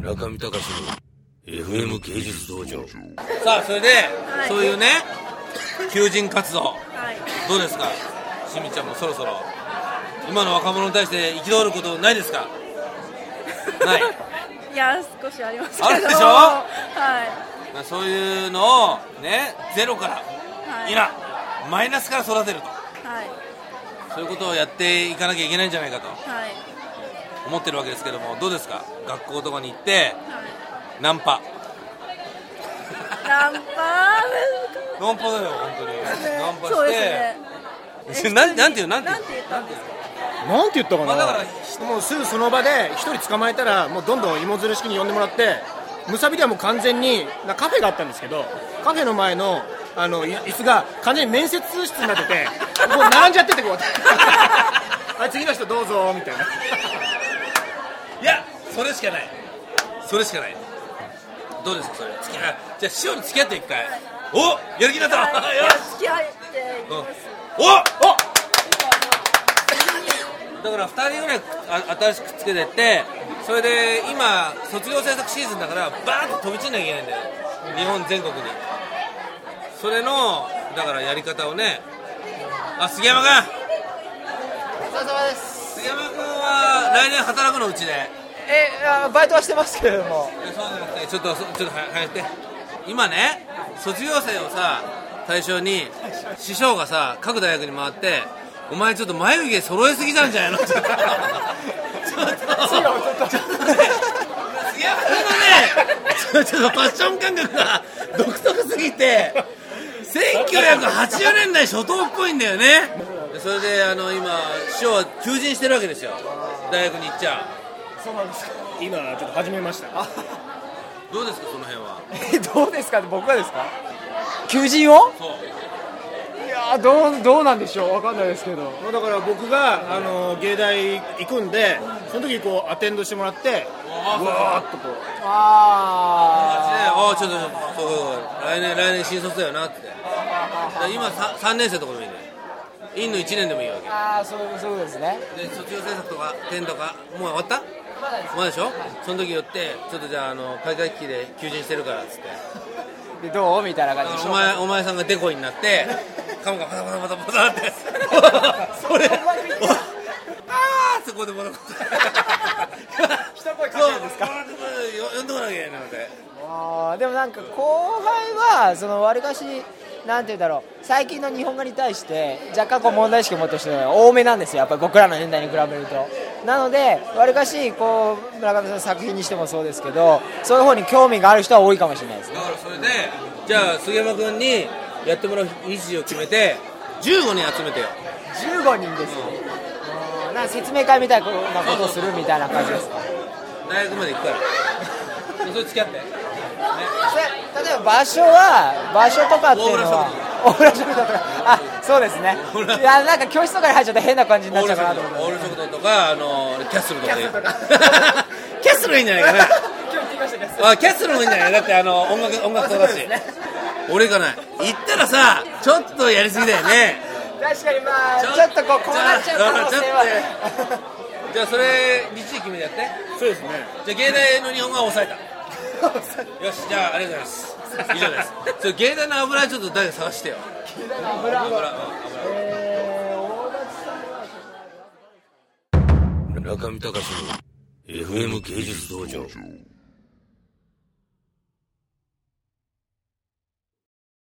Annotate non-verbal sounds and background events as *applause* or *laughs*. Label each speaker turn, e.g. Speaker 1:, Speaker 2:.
Speaker 1: 中見隆の FM 芸術道場さあそれで、
Speaker 2: い
Speaker 1: そういうね求人活動
Speaker 2: はい、
Speaker 1: どうですかしみちゃんもそろそろ今の若者に対して憤ることないですかない、
Speaker 2: いや少しありますけど
Speaker 1: あるでしょ
Speaker 2: はい、
Speaker 1: まあ、そういうのをねゼロから
Speaker 2: はい、
Speaker 1: いなマイナスから育てると
Speaker 2: はい
Speaker 1: そういうことをやっていかなきゃいけないんじゃないかと
Speaker 2: はい
Speaker 1: 思ってるわけですけどもどうですか学校とかに行って
Speaker 2: は
Speaker 1: ナン
Speaker 2: *laughs*
Speaker 1: パ
Speaker 2: いナンパ
Speaker 1: ナンパだよ本当にナンパして
Speaker 2: そうですねえ
Speaker 1: ななんていうなんていう
Speaker 2: なんて言ったんですか
Speaker 3: なんて言ったか
Speaker 1: ま
Speaker 3: な、
Speaker 1: あだから
Speaker 3: もうすぐその場で一人捕まえたらもうどんどん芋づる式に呼んでもらってむさびではもう完全になカフェがあったんですけどカフェの前のあのい椅子が完全に面接室になっててもう並んじゃっててこう *laughs* はい次の人どうぞみたいない
Speaker 1: やそれしかないそれしかないどうですかそれ付き合いじゃあ師匠に付き合って一回おやる気になった、
Speaker 2: はい
Speaker 1: よ
Speaker 2: いや
Speaker 1: し
Speaker 2: 付き合っていき
Speaker 1: うん
Speaker 2: ます
Speaker 1: おおだから2人ぐらいあ新しくくっつけてってそれで今卒業制作シーズンだからバーッと飛び散んなきゃいけないんだよ日本全国にそれのだからやり方をねあ杉山君
Speaker 4: お疲れ様です
Speaker 1: 杉山君は来年働くのうちで
Speaker 4: えあバイトはしてますけれども
Speaker 1: でそうじゃなくてちょっとそちょっとは早くて今ね卒業生をさ対象に師匠がさ各大学に回ってお前ちょっと眉毛揃えすぎなんじゃないのちょっとちょっとちょっとね杉山君のねちょちょっとファッション感覚が *laughs* 独特すぎて1980年代初頭っぽいんだよねでそれであの今師匠は求人してるわけですよ大学に行っちゃう
Speaker 3: そうなんですか今ちょっと始めました
Speaker 1: どうですかその辺は
Speaker 4: えどうですか僕がですか求人を
Speaker 1: そう
Speaker 4: いやーどうどうなんでしょうわかんないですけど
Speaker 3: もうだから僕があの芸大行くんでその時こうアテンドしてもらって
Speaker 1: あ
Speaker 3: うわーっとこう
Speaker 4: あ
Speaker 1: ああちょっとそうそうそう来年来年新卒だよなってだから今 3, 三年生とかでもいいんだよ院の1年でもいいわ
Speaker 4: ーあーそういうそういうことですね
Speaker 1: けで卒業制作とか点とかもう終わった
Speaker 4: まだです
Speaker 1: まだでしょその時寄ってちょっとじゃああの開会式で求人してるからっつって
Speaker 4: でどうみたいな感じで
Speaker 1: お
Speaker 4: 紹介
Speaker 1: 前お前さんがデコになってカモがパタパタパタパタって
Speaker 4: *laughs*
Speaker 1: それお *laughs* ああそこでまた
Speaker 4: *laughs* 一声かけるんです
Speaker 1: *laughs*
Speaker 4: か
Speaker 1: そう呼んでこなきゃいけないので
Speaker 4: あーでもなんか後輩はそのわりかしなんて言うんだろう最近の日本画に対して若干こう問題意識を持ってる人が多めなんですよやっぱり僕らの年代に比べるとなのでわりかしこう村上さんの作品にしてもそうですけどそういう方に興味がある人は多いかもしれないですね
Speaker 1: だからそれでじゃあ杉山君にやってもらう日時を決めて15人集めてよ
Speaker 4: 15人ですよあーなんか説明会みたいなことをするみたいな感じですか
Speaker 1: 大学まで行く
Speaker 4: *laughs*
Speaker 1: からそれ付き合って
Speaker 4: それ例えば場所は場所とかっていうのは大村食堂とかあそうですね
Speaker 1: 大村
Speaker 4: いやなんか教室とかに入っちゃって変な感じにな
Speaker 1: オ
Speaker 4: っ
Speaker 1: ー
Speaker 4: ち
Speaker 1: ル
Speaker 4: ゃう
Speaker 1: 食
Speaker 4: かな
Speaker 1: 堂
Speaker 4: と思って
Speaker 1: オール食堂とかあのキャッスルとかで
Speaker 4: キャッスルとか
Speaker 1: *laughs* キャッスルいいんじゃないかな
Speaker 4: *laughs* 今日聞きましたね
Speaker 1: あキャッスルもいいんじゃないだってあの音楽音楽家だし、俺行かない行ったらさちょっとやりすぎだよね
Speaker 4: 確かにまあ
Speaker 1: ちょ
Speaker 4: ちょっとこうこうなっちゃう可能性は
Speaker 1: じゃあそれ日時決めてやって
Speaker 3: そうですね
Speaker 1: じゃあ芸大の日本語は抑えたよしじゃあありがとうございます以上ですそれ芸大の油ちょっと誰か探してよ油
Speaker 4: 油
Speaker 1: 油中見隆の FM 芸術道場